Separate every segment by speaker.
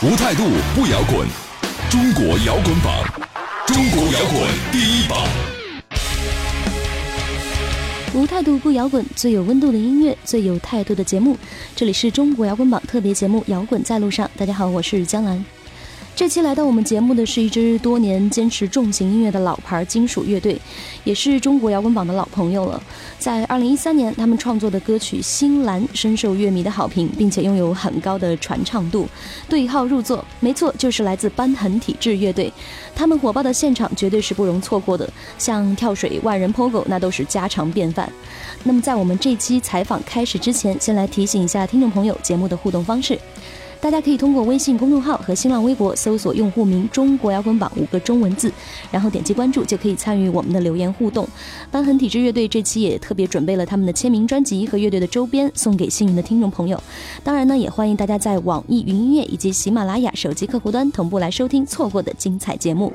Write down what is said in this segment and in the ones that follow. Speaker 1: 无态度不摇滚，中国摇滚榜，中国摇滚第一榜。
Speaker 2: 无态度不摇滚，最有温度的音乐，最有态度的节目。这里是中国摇滚榜特别节目《摇滚在路上》。大家好，我是江兰。这期来到我们节目的是一支多年坚持重型音乐的老牌金属乐队，也是中国摇滚榜的老朋友了。在二零一三年，他们创作的歌曲《新蓝》深受乐迷的好评，并且拥有很高的传唱度，对号入座。没错，就是来自瘢痕体质乐队。他们火爆的现场绝对是不容错过的，像跳水、万人 POGO 那都是家常便饭。那么，在我们这期采访开始之前，先来提醒一下听众朋友节目的互动方式。大家可以通过微信公众号和新浪微博搜索用户名“中国摇滚榜”五个中文字，然后点击关注就可以参与我们的留言互动。瘢痕体质乐队这期也特别准备了他们的签名专辑和乐队的周边，送给幸运的听众朋友。当然呢，也欢迎大家在网易云音乐以及喜马拉雅手机客户端同步来收听错过的精彩节目。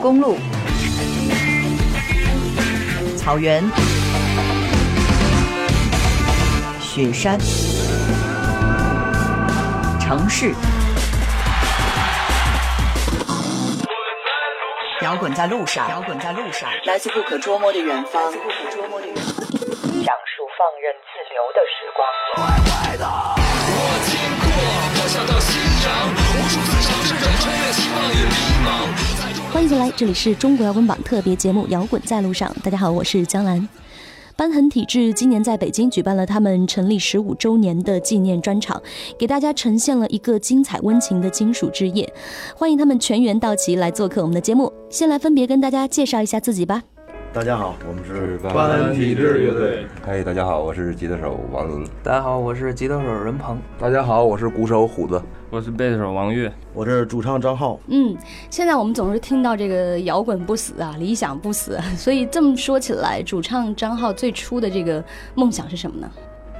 Speaker 3: 公路、草原、雪山、城市。摇滚在路上，摇滚在路上，来自不可捉摸的远方，来自不可捉摸的远方。
Speaker 4: 讲述放任自流的时光。
Speaker 2: 欢迎回来，这里是中国摇滚榜特别节目《摇滚在路上》。大家好，我是江兰。瘢痕体质今年在北京举办了他们成立十五周年的纪念专场，给大家呈现了一个精彩温情的金属之夜。欢迎他们全员到齐来做客我们的节目。先来分别跟大家介绍一下自己吧。
Speaker 5: 大家好，我们是
Speaker 6: 万恩体质乐队，
Speaker 7: 嗨，大家好，我是吉他手王林。
Speaker 8: 大家好，我是吉他手任鹏。
Speaker 7: 大家好，我是鼓手虎子。
Speaker 6: 我是贝斯手王悦。
Speaker 5: 我这是主唱张浩。
Speaker 9: 嗯，现在我们总是听到这个摇滚不死啊， 理想不死，所以这么说起来，主唱张浩最初的这个梦想是 什么呢？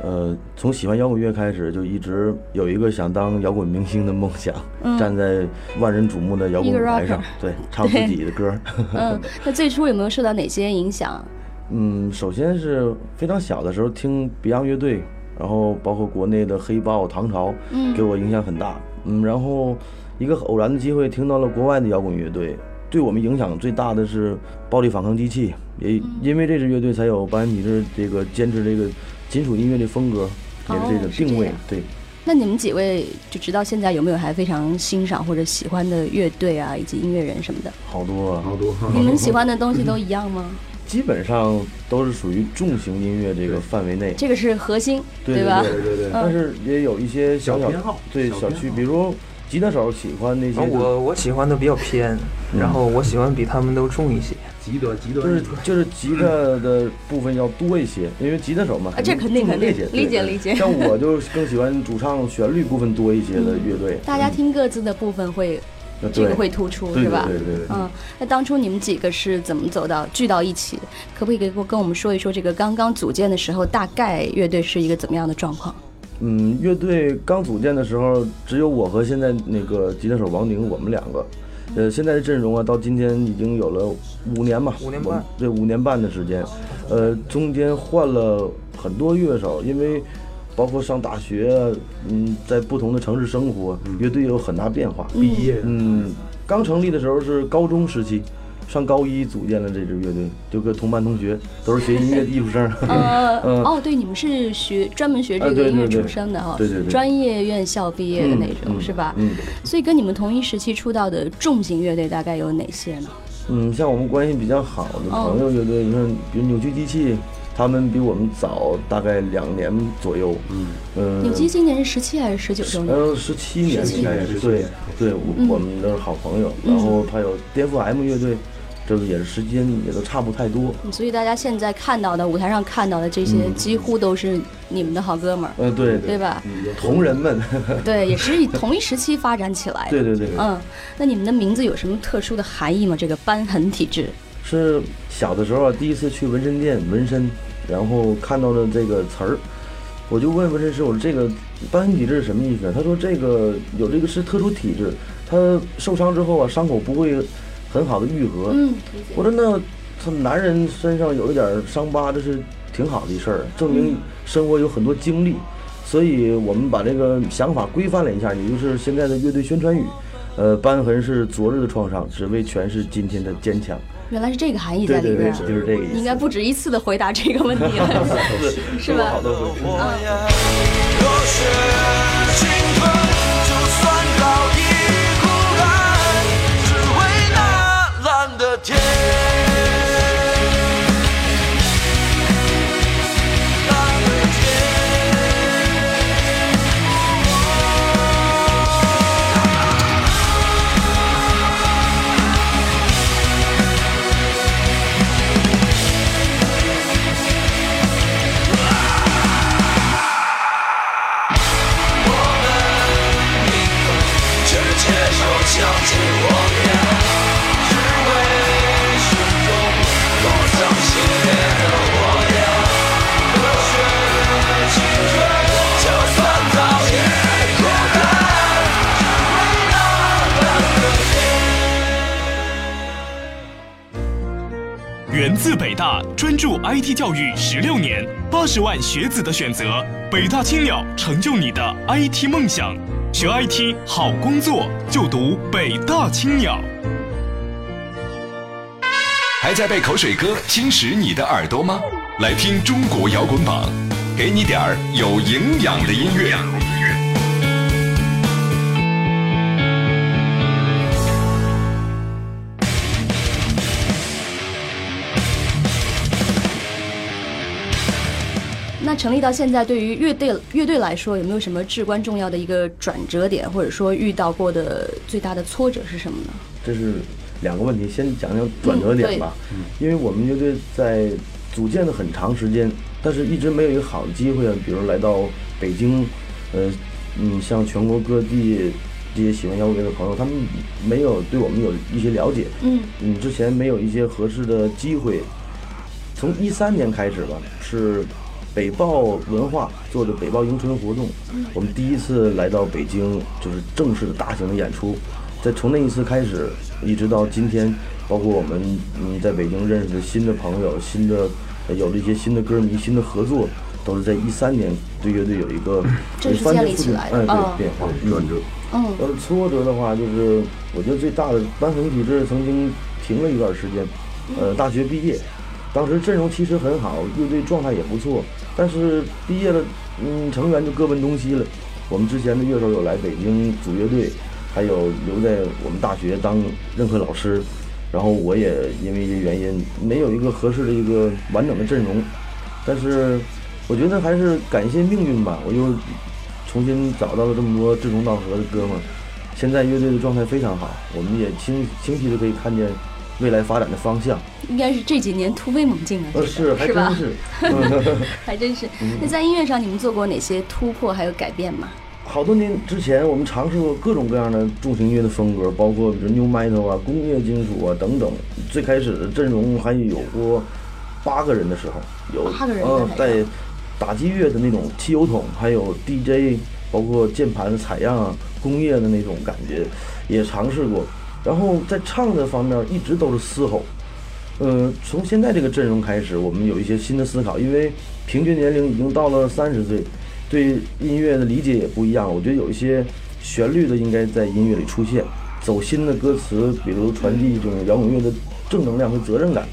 Speaker 5: 呃，从喜欢摇滚乐开始，就一直有一个想当摇滚明星的梦想，
Speaker 9: 嗯
Speaker 5: 站在万人瞩目的摇滚舞台上，
Speaker 9: 一个 rocker
Speaker 5: 对，唱自己的歌。
Speaker 9: 嗯，那最初有没有受到哪些影响？
Speaker 5: 嗯，首先是非常小的时候听 Beyond 乐队，然后包括国内的黑豹、唐朝，
Speaker 9: 嗯
Speaker 5: 给我影响很大。嗯，然后一个偶然的机会听到了国外的摇滚乐队，对我们影响最大的是暴力反抗机器，也因为这支乐队才有班尼的这个坚持这个金属音乐的风格，也是这个
Speaker 9: 哦是这
Speaker 5: 定位。
Speaker 9: 样
Speaker 5: 对，
Speaker 9: 那你们几位就直到现在有没有还非常欣赏或者喜欢的乐队啊，以及音乐人什么 的？
Speaker 5: 好多啊，
Speaker 6: 好多。
Speaker 9: 你们喜欢的东西都一样吗？
Speaker 5: 基本上都是属于重型音乐这个范围内。
Speaker 9: 这个是核心，
Speaker 5: 对
Speaker 9: 吧？嗯
Speaker 5: 对
Speaker 6: 对对，
Speaker 5: 但是也有一些小
Speaker 6: 小偏好
Speaker 5: 对
Speaker 6: 小
Speaker 5: 小
Speaker 6: 偏
Speaker 5: 区，
Speaker 6: 好
Speaker 5: 比如吉他手喜欢那些，嗯
Speaker 8: 然后我我喜欢的比较偏，然后我喜欢比他们都重一些。
Speaker 6: 极端极
Speaker 5: 就
Speaker 6: 端
Speaker 5: 是就是吉他的部分要多一些，因为吉他手嘛，
Speaker 9: 啊这肯定
Speaker 5: 注重这些
Speaker 9: 肯定理解
Speaker 5: 对
Speaker 9: 理解
Speaker 5: 像我就更喜欢主唱旋律部分多一些的乐队，
Speaker 9: 大家听各自的部分会，
Speaker 5: 嗯
Speaker 9: 这个
Speaker 5: 对
Speaker 9: 会突出，
Speaker 5: 对
Speaker 9: 是吧？
Speaker 5: 对对对对，
Speaker 9: 嗯，那当初你们几个是怎么走到聚到一起的？可不可以给我跟我们说一说这个刚刚组建的时候，大概乐队是一个怎么样的状况？
Speaker 5: 嗯，乐队刚组建的时候，只有我和现在那个吉他手王宁，我们两个。呃，现在的阵容啊，到今天已经有了五年吧，
Speaker 8: 五年
Speaker 5: 我们
Speaker 8: 半
Speaker 5: 对，五年半的时间。呃，中间换了很多乐手，因为包括上大学，嗯，在不同的城市生活，
Speaker 8: 嗯
Speaker 5: 乐队有很大变化。
Speaker 6: 毕业
Speaker 5: 嗯，刚成立的时候是高中时期，上高一组建了这支乐队，就跟同班同学都是学音乐的艺术生。
Speaker 9: 呃，
Speaker 5: 嗯
Speaker 9: 哦，对，你们是学专门学这
Speaker 5: 啊
Speaker 9: 个
Speaker 5: 对
Speaker 9: 音乐
Speaker 5: 对对
Speaker 9: 出身的哈，
Speaker 5: 对对对
Speaker 9: 专业院校毕业的那种、
Speaker 5: 嗯嗯
Speaker 9: 是吧？
Speaker 5: 嗯
Speaker 9: 所以跟你们同一时期出道的重型乐队大概有哪些呢？
Speaker 5: 嗯，像我们关系比较好的
Speaker 9: 哦
Speaker 5: 朋友乐队，你看，比如扭曲机器，他们比我们早大概两年左右。嗯，呃，
Speaker 9: 扭机今年是十七还是十九周年？
Speaker 5: 呃，十七年
Speaker 9: 17
Speaker 5: 应该
Speaker 6: 年
Speaker 9: 嗯
Speaker 5: 是对对，我我们都是好朋友。然后还有颠覆 M 乐队，这也是时间也都差不太多。
Speaker 9: 所以大家现在看到的舞台上看到的这些，
Speaker 5: 嗯
Speaker 9: 几乎都是你们的好哥们儿，
Speaker 5: 呃，对
Speaker 9: 对吧？
Speaker 5: 同仁们，
Speaker 9: 对，也是以同一时期发展起来 的。
Speaker 5: 对对对
Speaker 9: 嗯，那你们的名字有什么特殊的含义吗？这个瘢痕体质，
Speaker 5: 是小的时候啊，第一次去纹身店纹身，然后看到了这个词儿，我就问纹身师，我说这个瘢痕体质是什么意思？他说这个有这个是特殊体质，他受伤之后啊，伤口不会很好的愈合。
Speaker 10: 嗯，
Speaker 5: 我说那他男人身上有一点伤疤，这是挺好的一事儿，证明生活有很多经历。所以我们把这个想法规范了一下，也就是现在的乐队宣传语，呃，瘢痕是昨日的创伤，只为诠释今天的坚强。
Speaker 9: 原来是这个含义在
Speaker 5: 对
Speaker 9: 里
Speaker 5: 对
Speaker 9: 边
Speaker 5: 对，
Speaker 9: 儿。
Speaker 5: 就是这个
Speaker 9: 你
Speaker 5: 意
Speaker 9: 应
Speaker 5: 思。
Speaker 9: 该不止一次的回答这个问题 了， 是吧？
Speaker 5: 好多回。
Speaker 11: 热血青春，就算早已枯干，只为那蓝的天。蓝的只接受相信谎言，只为胸中躲藏心裂的火焰。热血青春，就算早已枯干，只为那蓝的天。
Speaker 12: 源自北大，专注 IT 教育十六年，八十万学子的选择，北大青鸟成就你的 IT 梦想，学 IT 好工作就读北大青鸟。
Speaker 1: 还在被口水歌侵蚀你的耳朵吗？来听中国摇滚榜，给你点儿有营养的音乐。
Speaker 9: 那成立到现在，对于乐队乐队来说，有没有什么至关重要的一个转折点，或者说遇到过的最大的挫折是什么呢？
Speaker 5: 这是两个问题，先讲讲转折点吧。
Speaker 9: 嗯
Speaker 5: 因为我们乐队在组建了很长时间，但是一直没有一个好的机会啊，比如来到北京，呃，嗯，像全国各地这些喜欢摇滚乐的朋友，他们没有对我们有一些了解，
Speaker 9: 嗯
Speaker 5: 嗯，之前没有一些合适的机会。从一三年开始吧，是北报文化做的北报迎春活动
Speaker 13: 嗯，
Speaker 5: 我们第一次来到北京，就是正式的大型的演出。在从那一次开始，一直到今天，包括我们嗯在北京认识的新的朋友、新的呃有了一些新的歌迷、新的合作，都是在一三年对乐队有一个
Speaker 9: 正式
Speaker 5: 翻天
Speaker 9: 建立
Speaker 5: 覆
Speaker 9: 起
Speaker 5: 地
Speaker 9: 来的
Speaker 5: 哎
Speaker 9: 哦
Speaker 5: 对变化转折。
Speaker 9: 嗯
Speaker 5: 要是挫折的话，就是我觉得最大的瘢痕体质曾经停了一段时间，呃，大学毕业，当时阵容其实很好，乐队状态也不错，但是毕业了，嗯，成员就各奔东西了。我们之前的乐手有来北京组乐队，还有留在我们大学当任课老师，然后我也因为一些原因没有一个合适的一个完整的阵容，但是我觉得还是感谢命运吧，我又重新找到了这么多志同道合的哥们儿。现在乐队的状态非常好，我们也清清晰的可以看见未来发展的方向。
Speaker 9: 应该是这几年突飞猛进啊，
Speaker 5: 呃，
Speaker 9: 这个
Speaker 5: 是，还
Speaker 9: 是吧
Speaker 5: 真？是， 嗯
Speaker 9: 还真是
Speaker 5: 嗯。
Speaker 9: 那在音乐上，你们做过哪些突破还有改变吗？
Speaker 5: 好多年之前，我们尝试过各种各样的重型音乐的风格，包括比如 new metal 啊、工业金属啊等等。最开始的阵容还有过八个人的时候，有
Speaker 9: 八个人
Speaker 5: 嗯、
Speaker 9: 在哪
Speaker 5: 带打击乐的那种汽油桶，还有 DJ，包括键盘的采样啊，工业的那种感觉也尝试过。然后在唱的方面，一直都是嘶吼。呃，从现在这个阵容开始，我们有一些新的思考，因为平均年龄已经到了三十岁，对音乐的理解也不一样。我觉得有一些旋律的应该在音乐里出现，走心的歌词，比如传递这种摇滚乐的正能量和责任感。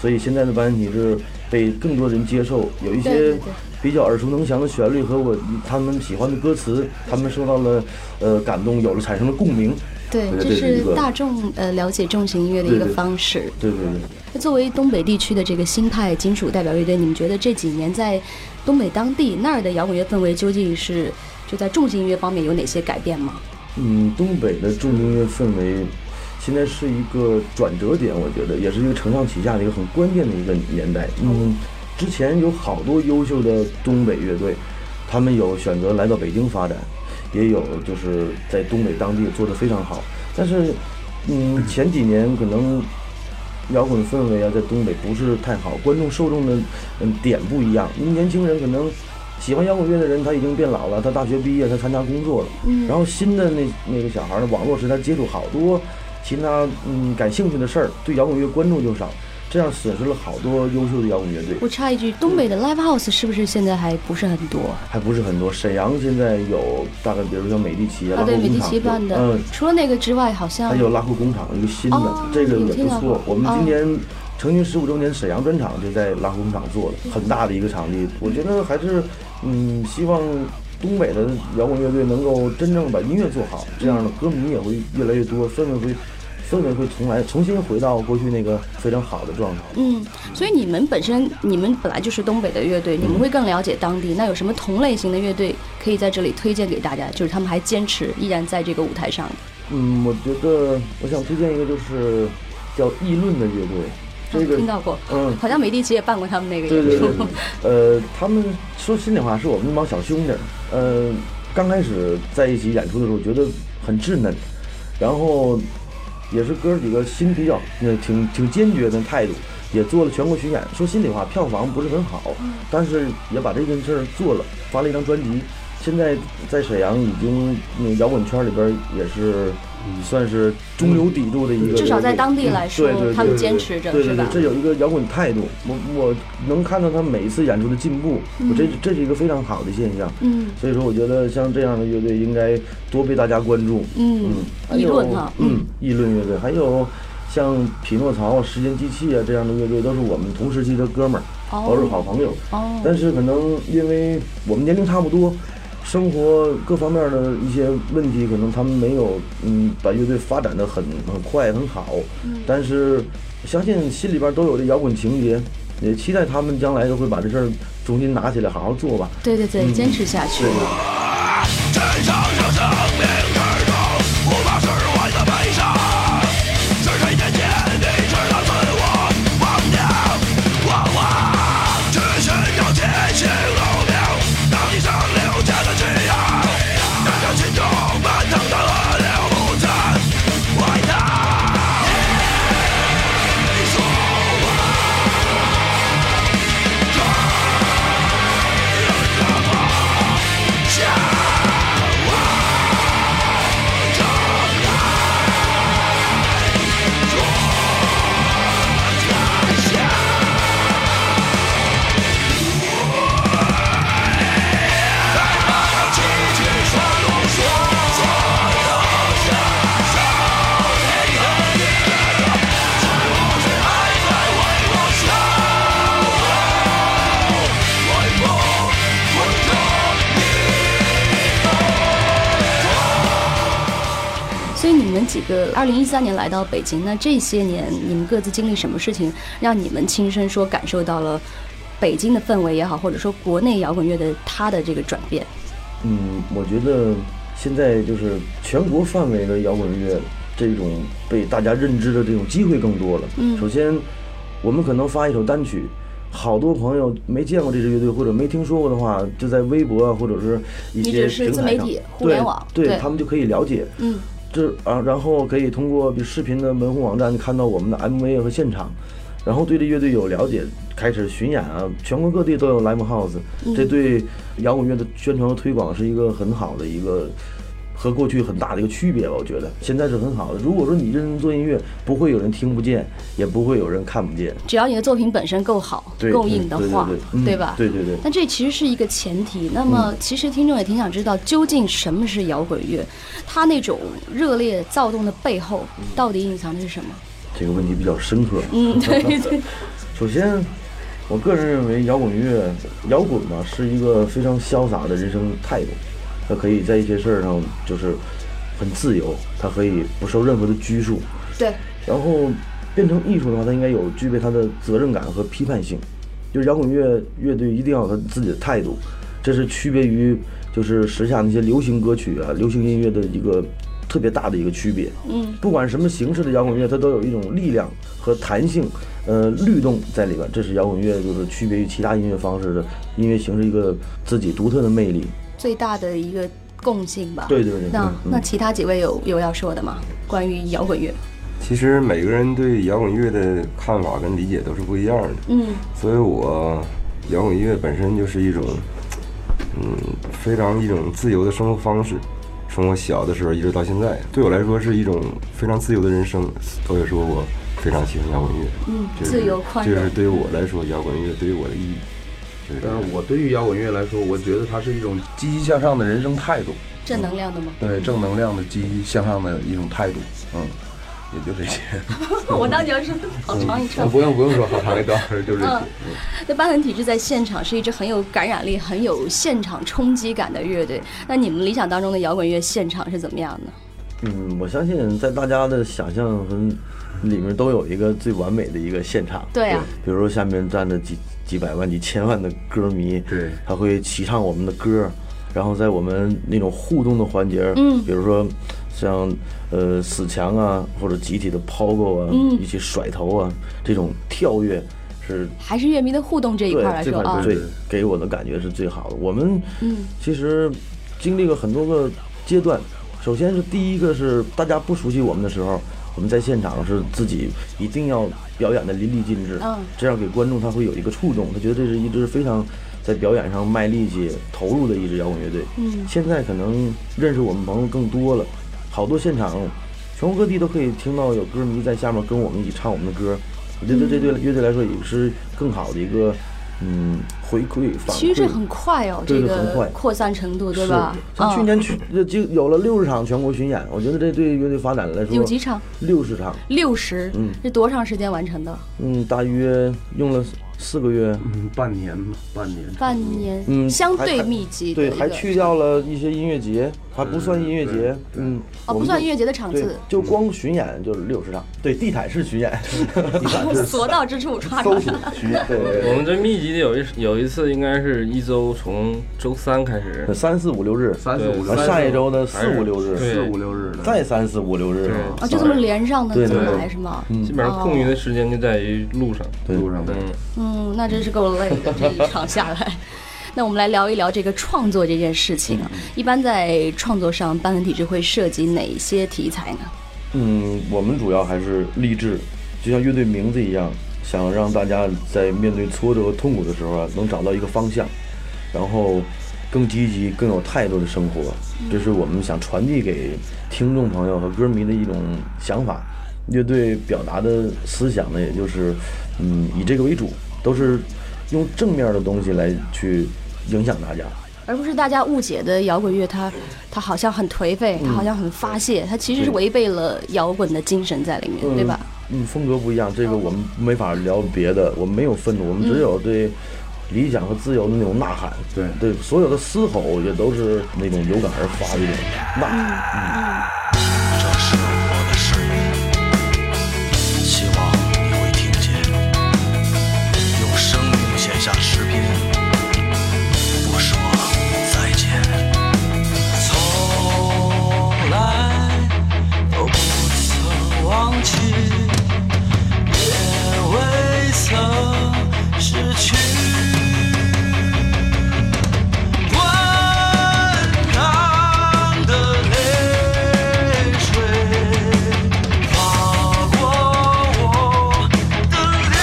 Speaker 5: 所以现在的班体是被更多人接受，有一
Speaker 9: 对对
Speaker 5: 些
Speaker 9: 对
Speaker 5: 比较耳熟能详的旋律和我他们喜欢的歌词，他们受到了呃感动，有了产生了共鸣。
Speaker 9: 对，
Speaker 5: 我觉得
Speaker 9: 这
Speaker 5: 是
Speaker 9: 是
Speaker 5: 一个
Speaker 9: 大众呃了解重型音乐的一
Speaker 5: 对
Speaker 9: 个
Speaker 5: 对
Speaker 9: 方式。
Speaker 5: 对对对。
Speaker 9: 那作为东北地区的这个新派金属代表乐队，你们觉得这几年在东北当地那儿的摇滚乐氛围究竟是就在重型音乐方面有哪些改变吗？
Speaker 5: 嗯，东北的重音乐氛围，现在是一个转折点，我觉得也是一个承上启下的一个很关键的一个年代。嗯，之前有好多优秀的东北乐队，他们有选择来到北京发展，也有就是在东北当地做得非常好。但是，嗯，前几年可能摇滚氛围啊，在东北不是太好，观众受众的嗯点不一样。年轻人可能喜欢摇滚乐的人，他已经变老了，他大学毕业，他参加工作了。
Speaker 10: 嗯
Speaker 5: 然后新的那那个小孩儿呢，网络时代接触好多其他嗯感兴趣的事儿，对摇滚乐关注就少，这样损失了好多优秀的摇滚乐队。
Speaker 9: 我插一句，东北的 live house 是不是现在还不是很多？
Speaker 5: 还不是很多，沈阳现在有大概，比如像美第奇啊，
Speaker 9: 啊，
Speaker 5: 拉
Speaker 9: 对，
Speaker 5: 库
Speaker 9: 美
Speaker 5: 工
Speaker 9: 第
Speaker 5: 厂
Speaker 9: 奇办的。
Speaker 5: 嗯，
Speaker 9: 除了那个之外，好像
Speaker 5: 还有拉库工厂一个新的，
Speaker 9: 哦
Speaker 5: 这个
Speaker 9: 有
Speaker 5: 也
Speaker 9: 听
Speaker 5: 不
Speaker 9: 到过
Speaker 5: 错。我们
Speaker 9: 哦
Speaker 5: 今年成军十五周年沈阳专场就在拉库工厂做的，很大的一个场地。我觉得还是，嗯，希望东北的摇滚乐队能够真正把音乐做好，这样的歌迷也会越来越多，氛围会氛围会重来，重新回到过去那个非常好的状态。
Speaker 9: 嗯，所以你们本身你们本来就是东北的乐队，
Speaker 5: 嗯
Speaker 9: 你们会更了解当地。那有什么同类型的乐队可以在这里推荐给大家？就是他们还坚持依然在这个舞台上的。
Speaker 5: 嗯，我觉得我想推荐一个就是叫议论的乐队，这个
Speaker 9: 哦听到过，
Speaker 5: 嗯
Speaker 9: 好像美第奇也办过他们那个
Speaker 5: 对
Speaker 9: 演
Speaker 5: 对
Speaker 9: 出嗯
Speaker 5: 对，对呃，他们说心里话，是我们那帮小兄弟儿。呃，刚开始在一起演出的时候，觉得很稚嫩，然后也是哥几个心比较那挺挺坚决的态度，也做了全国巡演。说心里话，票房不是很好，
Speaker 9: 嗯
Speaker 5: 但是也把这件事儿做了，发了一张专辑。现在在沈阳已经那摇滚圈里边儿也是算是中流砥柱的一个，
Speaker 9: 嗯至少在当地来说
Speaker 5: 对对对
Speaker 9: 他们
Speaker 5: 对
Speaker 9: 坚持着
Speaker 5: 对
Speaker 9: 是
Speaker 5: 对对
Speaker 9: 吧，
Speaker 5: 这有一个摇滚态度，我我能看到他每一次演出的进步，我这
Speaker 9: 嗯
Speaker 5: 这是一个非常好的现象。
Speaker 9: 嗯
Speaker 5: 所以说我觉得像这样的乐队应该多被大家关注。
Speaker 9: 嗯
Speaker 5: 还
Speaker 9: 议
Speaker 5: 有
Speaker 9: 论哈
Speaker 5: 嗯，议论乐队，还有像匹诺曹、啊、时间机器啊这样的乐队，都是我们同时期的哥们儿，
Speaker 9: 哦
Speaker 5: 都是好朋友。
Speaker 9: 哦
Speaker 5: 但是可能因为我们年龄差不多。生活各方面的一些问题，可能他们没有，嗯，把乐队发展的很很快很好，
Speaker 9: 嗯
Speaker 5: 但是相信心里边都有这摇滚情节，也期待他们将来都会把这事儿重新拿起来好好做吧。
Speaker 9: 对对对，
Speaker 5: 嗯
Speaker 9: 坚持下去
Speaker 5: 对。对
Speaker 11: 只寻找天晴路标，当你上流家的枝桠，燃烧心中奔腾的河流，不曾回头。你说我这人怎么像我这样做太像？
Speaker 9: 所以你们几个二零一三年来到北京，那这些年你们各自经历什么事情，让你们亲身说感受到了北京的氛围也好，或者说国内摇滚乐的它的这个转变？
Speaker 5: 嗯，我觉得现在就是全国范围的摇滚乐这种被大家认知的这种机会更多了。
Speaker 10: 嗯
Speaker 5: 首先我们可能发一首单曲，好多朋友没见过这支乐队或者没听说过的话，就在微博啊或者是一
Speaker 9: 你
Speaker 5: 些
Speaker 9: 只是
Speaker 5: 平
Speaker 9: 自
Speaker 5: 台
Speaker 9: 媒
Speaker 5: 上
Speaker 9: 体互
Speaker 5: 对
Speaker 9: 联网对
Speaker 5: 对他们就可以了解。
Speaker 9: 嗯
Speaker 5: 这啊，然后可以通过比如视频的门户网站看到我们的 MV 和现场，然后对这乐队有了解，开始巡演啊，全国各地都有 live house，、
Speaker 10: 嗯
Speaker 5: 这对摇滚乐的宣传和推广是一个很好的一个和过去很大的一个区别吧，我觉得现在是很好的。如果说你认真做音乐，不会有人听不见，也不会有人看不见，
Speaker 9: 只要你的作品本身够好、
Speaker 5: 对，
Speaker 9: 够硬的
Speaker 5: 对
Speaker 9: 话，
Speaker 5: 对对嗯
Speaker 9: 吧？
Speaker 5: 对对对。嗯
Speaker 9: 但这其实是一个前提。那么，其实听众也挺想知道，究竟什么是摇滚乐？它那种热烈躁动的背后，
Speaker 5: 嗯
Speaker 9: 到底隐藏的是什么？
Speaker 5: 这个问题比较深刻。
Speaker 9: 嗯，对对。
Speaker 5: 首先，我个人认为摇滚乐，摇滚嘛是一个非常潇洒的人生态度，它可以在一些事儿上就是很自由，它可以不受任何的拘束。
Speaker 9: 对，
Speaker 5: 然后变成艺术的话，它应该有具备它的责任感和批判性。就是摇滚乐乐队一定要有他自己的态度，这是区别于就是时下那些流行歌曲啊、流行音乐的一个特别大的一个区别。
Speaker 9: 嗯
Speaker 5: 不管什么形式的摇滚乐，它都有一种力量和弹性，呃，律动在里边。这是摇滚乐就是区别于其他音乐方式的音乐形式一个自己独特的魅力。
Speaker 9: 最大的一个共性吧。
Speaker 5: 对对对
Speaker 9: 那
Speaker 5: 嗯嗯
Speaker 9: 那其他几位有有要说的吗？关于摇滚乐？
Speaker 7: 其实每个人对摇滚乐的看法跟理解都是不一样的，
Speaker 9: 嗯
Speaker 7: 所以我摇滚乐本身就是一种，嗯，非常一种自由的生活方式。从我小的时候一直到现在，对我来说是一种非常自由的人生。所以说我非常喜欢摇滚乐，
Speaker 9: 嗯
Speaker 7: 这是
Speaker 9: 自由宽容
Speaker 7: 这是对于我来说摇滚乐对于我的意义。就是这
Speaker 10: 但
Speaker 7: 样
Speaker 10: 是我对于摇滚乐来说，我觉得它是一种积极向上的人生态度，
Speaker 9: 正能量的吗？
Speaker 10: 对正能量的、积极向上的一种态度。嗯，也就这些。
Speaker 9: 我当年是好长一串。
Speaker 10: 啊不用不用说，好长一段，就这些。
Speaker 9: 嗯那疤痕体质在现场是一支很有感染力、很有现场冲击感的乐队。那你们理想当中的摇滚乐现场是怎么样的？
Speaker 5: 嗯，我相信在大家的想象和里面都有一个最完美的一个现场。
Speaker 9: 对啊
Speaker 5: 比如说下面站着几几百万、几千万的歌迷，
Speaker 10: 对，
Speaker 5: 他会齐唱我们的歌，然后在我们那种互动的环节，
Speaker 13: 嗯
Speaker 5: 比如说像呃死墙啊，或者集体的抛go 啊，
Speaker 9: 嗯
Speaker 5: 一起甩头啊，这种跳跃是
Speaker 9: 还是乐迷的互动这一
Speaker 5: 对
Speaker 9: 块来
Speaker 5: 这
Speaker 9: 说
Speaker 5: 块
Speaker 9: 啊？
Speaker 5: 最给我的感觉是最好的。我们
Speaker 9: 嗯
Speaker 5: 其实经历了很多个阶段，首先是第一个是大家不熟悉我们的时候，我们在现场是自己一定要表演的淋漓尽致，
Speaker 13: 嗯
Speaker 5: 这样给观众他会有一个触动，他觉得这是一支非常在表演上卖力气、投入的一支摇滚乐队。
Speaker 13: 嗯
Speaker 5: 现在可能认识我们朋友更多了，好多现场，全国各地都可以听到有歌迷在下面跟我们一起唱我们的歌。我
Speaker 9: 嗯
Speaker 5: 觉得这对乐队来说也是更好的一个，嗯，回馈反馈。
Speaker 9: 其实这很快哦，
Speaker 5: 对
Speaker 9: 这
Speaker 5: 对很
Speaker 9: 个
Speaker 5: 快
Speaker 9: 扩散程度对
Speaker 5: 是
Speaker 9: 吧？
Speaker 5: 像去
Speaker 9: 嗯
Speaker 5: 年去就就有了六十场全国巡演，我觉得这对乐队发展来说
Speaker 9: 有几场？
Speaker 5: 六十场，
Speaker 9: 六十
Speaker 5: 嗯，
Speaker 9: 是多长时间完成的？
Speaker 5: 嗯，大约用了四个月，
Speaker 10: 嗯，半年吧，半年。
Speaker 9: 半年，
Speaker 5: 嗯，
Speaker 9: 相
Speaker 5: 还
Speaker 9: 对
Speaker 5: 还
Speaker 9: 密集的
Speaker 5: 对，
Speaker 9: 一个
Speaker 5: 还去掉了一些音乐节，还不算音乐节，嗯，
Speaker 9: 哦
Speaker 5: 我们
Speaker 9: 不算
Speaker 5: 就
Speaker 9: 音乐节的场
Speaker 5: 对
Speaker 9: 次
Speaker 5: 就光巡演就是六十场，对，地毯式巡演，地毯式
Speaker 9: 所到之处抓抓。
Speaker 5: 巡演，对对对，
Speaker 6: 我们这密集的有一有一次，应该是一周从周三开始，
Speaker 5: 三四五六日，
Speaker 6: 三四五六日
Speaker 5: 然后上一周的四
Speaker 6: 还是
Speaker 5: 五六日，
Speaker 6: 对四五六
Speaker 5: 日，再三四五六日，
Speaker 9: 啊，就这么连上的
Speaker 5: 对
Speaker 9: 这么
Speaker 5: 对嗯
Speaker 9: 来是吗？
Speaker 6: 基本上空余
Speaker 9: 哦
Speaker 6: 的时间就在于路上，
Speaker 5: 路
Speaker 6: 上对。
Speaker 9: 嗯，那真是够累的，这一场下来。那我们来聊一聊这个创作这件事情啊。
Speaker 5: 嗯
Speaker 9: 一般在创作上，班文体制会涉及哪些题材呢？
Speaker 5: 嗯，我们主要还是励志，就像乐队名字一样，想让大家在面对挫折和痛苦的时候啊，能找到一个方向，然后更积极、更有态度的生活，这是我们想传递给听众朋友和歌迷的一种想法。乐队表达的思想呢，也就是嗯，以这个为主，都是用正面的东西来去影响大家。
Speaker 9: 而不是大家误解的摇滚乐它，它好像很颓废，它
Speaker 5: 嗯
Speaker 9: 好像很发泄，它其实是
Speaker 5: 对
Speaker 9: 违背了摇滚的精神在里面，对吧？
Speaker 5: 嗯，风格不一样，这个我们没法聊别的，我们没有愤怒，我们只有对理想和自由的那种呐喊。对对，所有的嘶吼，我觉得都是那种有感而发的一种呐喊。
Speaker 11: 这是我的声音，希望你会听见。用生命写下诗篇，不说再见。
Speaker 14: 从来都不曾忘记，也未曾失去。滚烫的泪水划过我的脸，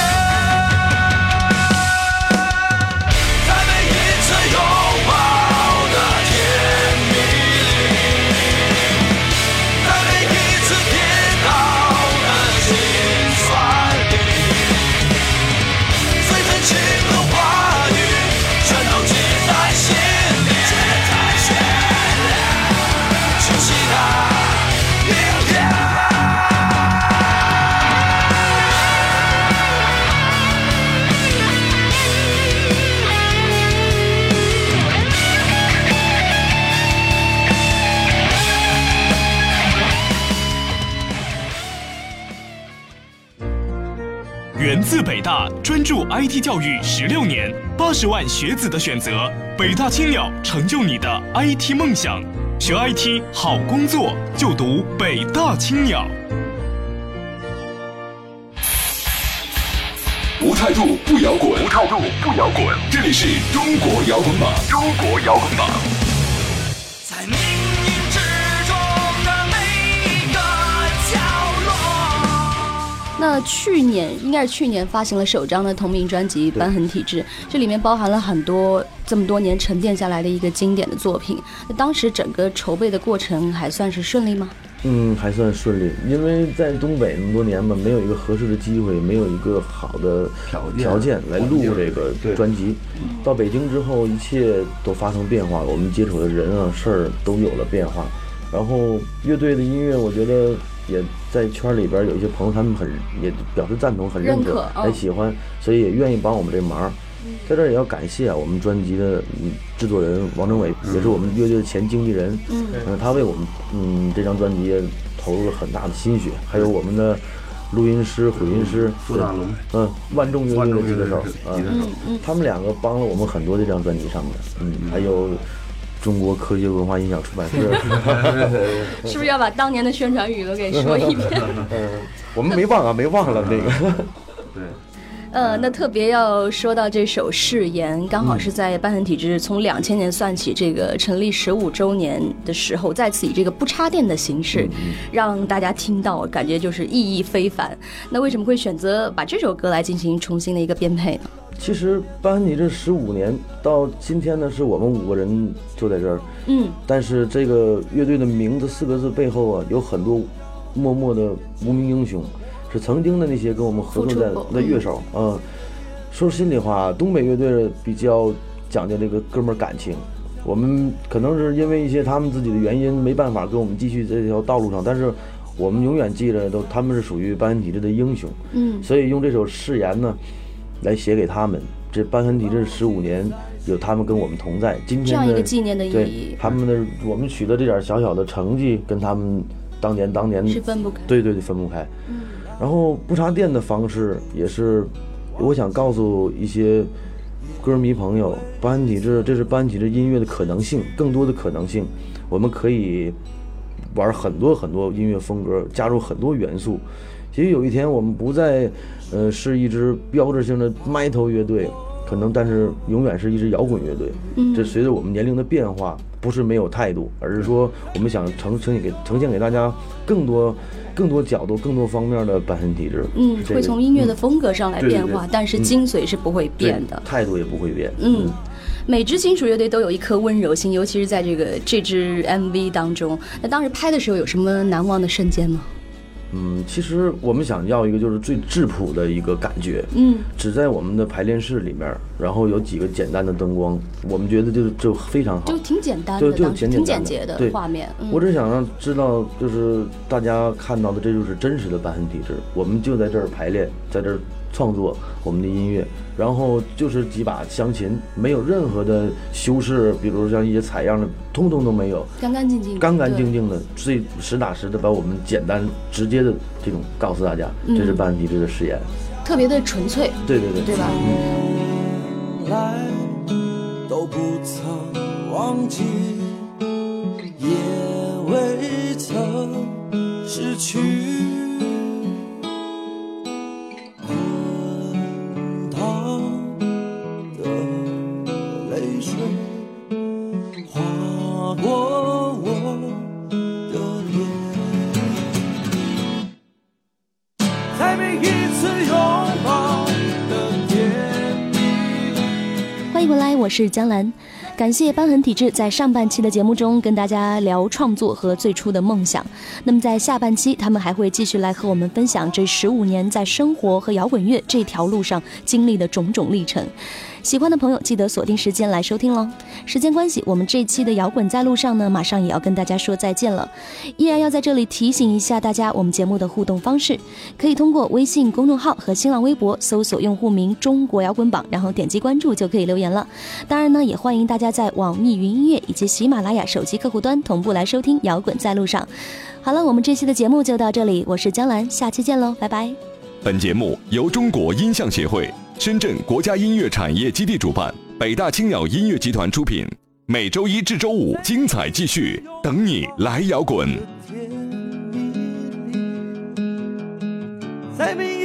Speaker 14: 在每一次拥抱的甜蜜里，在每一次跌倒的心酸里，最真情的话语全都记在心里，记在心里，清晰的明天。
Speaker 12: 源自北大，专注 IT 教育十六年，八十万学子的选择，北大青鸟成就你的 IT 梦想。学 IT 好工作就读北大青鸟。
Speaker 1: 无态度不摇滚，无态度不摇滚。这里是中国摇滚榜，中国摇滚榜。
Speaker 9: 那去年应该是去年发行了首张的同名专辑《瘢痕体质》，这里面包含了很多这么多年沉淀下来的一个经典的作品。那当时整个筹备的过程还算是顺利吗？
Speaker 5: 嗯，还算顺利，因为在东北那么多年吧，没有一个合适的机会，没有一个好的条
Speaker 10: 件
Speaker 5: 来录这个专辑。到北京之后，一切都发生变化了，我们接触的人啊、事儿都有了变化。然后乐队的音乐，我觉得也在圈里边有一些朋友，他们很也表示赞同，很认
Speaker 9: 认
Speaker 5: 可，
Speaker 9: 可嗯
Speaker 5: 还喜欢，所以也愿意帮我们这忙。
Speaker 10: 嗯
Speaker 5: 在这儿也要感谢啊，我们专辑的嗯制作人王政伟，
Speaker 10: 嗯
Speaker 5: 也是我们乐队的前经纪人。
Speaker 9: 嗯，
Speaker 5: 呃他为我们嗯这张专辑也投入了很大的心血，还有我们的录音师、混音师
Speaker 10: 朱大龙，
Speaker 5: 嗯，万众乐
Speaker 10: 万众
Speaker 5: 队的
Speaker 10: 乐
Speaker 5: 吉
Speaker 10: 队
Speaker 5: 他手
Speaker 10: 的吉他
Speaker 5: 啊
Speaker 10: 手嗯，
Speaker 5: 他们两个帮了我们很多这张专辑上面，嗯，还有中国科学文化音响出版社
Speaker 9: 是不是要把当年的宣传语都给说 一遍？
Speaker 5: 嗯， 我们没忘啊，没忘了那个。对。
Speaker 9: 呃，那特别要说到这首《誓言》，刚好
Speaker 5: 嗯
Speaker 9: 是在瘢痕体制从两千年算起，这个成立十五周年的时候，再次以这个不插电的形式，
Speaker 5: 嗯
Speaker 9: 让大家听到，感觉就是意义非凡。那为什么会选择把这首歌来进行重新的一个编配呢？
Speaker 5: 其实班尼这十五年到今天呢，是我们五个人坐在这儿，
Speaker 9: 嗯，
Speaker 5: 但是这个乐队的名字四个字背后啊，有很多默默的无名英雄，是曾经的那些跟我们合作
Speaker 10: 付出过
Speaker 5: 的的乐手啊、嗯说心里话，东北乐队比较讲究这个哥们儿感情，我们可能是因为一些他们自己的原因，没办法跟我们继续在这条道路上，但是我们永远记着都他们是属于班尼体制的英雄，
Speaker 9: 嗯
Speaker 5: 所以用这首誓言呢，来写给他们。这班痕体制十五年，有他们跟我们同在。今天
Speaker 9: 这
Speaker 5: 的
Speaker 9: 样一个纪念的意义
Speaker 5: 对他们的我们取得这点小小的成绩，跟他们当年当年
Speaker 9: 是分不开嗯
Speaker 5: 对对对，分不开。然后不插电的方式也是，我想告诉一些歌迷朋友，班恩体制这是班恩体制音乐的可能性，更多的可能性，我们可以玩很多很多音乐风格，加入很多元素。也许有一天我们不再，呃，是一支标志性的 metal 乐队，可能但是永远是一支摇滚乐队。
Speaker 10: 嗯
Speaker 5: 这随着我们年龄的变化，不是没有态度，而是说我们想呈呈现给呈现给大家更多、更多角度、更多方面的版痕体制。
Speaker 9: 嗯，
Speaker 5: 这个
Speaker 9: 会从音乐的风格上来
Speaker 5: 嗯对对
Speaker 9: 变化，
Speaker 5: 对
Speaker 9: 但是
Speaker 5: 嗯
Speaker 9: 精髓是不会变的。
Speaker 5: 对态度也不会变。
Speaker 9: 嗯，每支金属乐队都有一颗温柔心，尤其是在这个这支 MV 当中。那当时拍的时候有什么难忘的瞬间吗？
Speaker 5: 嗯，其实我们想要一个就是最质朴的一个感觉。
Speaker 9: 嗯
Speaker 5: 只在我们的排练室里面，然后有几个简单的灯光，我们觉得就就非常好。
Speaker 9: 就挺简单
Speaker 5: 就
Speaker 9: 的，
Speaker 5: 就
Speaker 9: 当时
Speaker 5: 简
Speaker 9: 挺
Speaker 5: 简
Speaker 9: 简
Speaker 5: 单
Speaker 9: 洁的
Speaker 5: 对
Speaker 9: 画面。嗯
Speaker 5: 我只想让知道，就是大家看到的，这就是真实的瘢痕体制。我们就在这儿排练，在这儿创作我们的音乐，然后就是几把湘琴，没有任何的修饰，比如像一些采样的，通通都没有，
Speaker 9: 干干净净，
Speaker 5: 干干净
Speaker 9: 嗯对。
Speaker 5: 净的，最实打实的把我们简单直接的这种告诉大家，
Speaker 9: 嗯
Speaker 5: 这是瘢痕体制的誓言。
Speaker 9: 特别的纯粹，
Speaker 5: 对对对，
Speaker 9: 对吧？
Speaker 13: 来都不曾忘记，也未曾失去。滚烫的泪水划过我的脸，在每一次拥抱的甜
Speaker 2: 欢迎回来，我是江兰。感谢瘢痕体质在上半期的节目中跟大家聊创作和最初的梦想。那么在下半期，他们还会继续来和我们分享这十五年在生活和摇滚乐这条路上经历的种种历程。喜欢的朋友记得锁定时间来收听喽。时间关系，我们这期的摇滚在路上呢，马上也要跟大家说再见了。依然要在这里提醒一下大家，我们节目的互动方式，可以通过微信公众号和新浪微博搜索用户名“中国摇滚榜”，然后点击关注就可以留言了。当然呢，也欢迎大家在网易云音乐以及喜马拉雅手机客户端同步来收听《摇滚在路上》。好了，我们这期的节目就到这里，我是江兰，下期见喽，拜拜。
Speaker 1: 本节目由中国音像协会、深圳国家音乐产业基地主办，北大青鸟音乐集团出品。每周一至周五精彩继续，等你来摇滚。
Speaker 13: 在每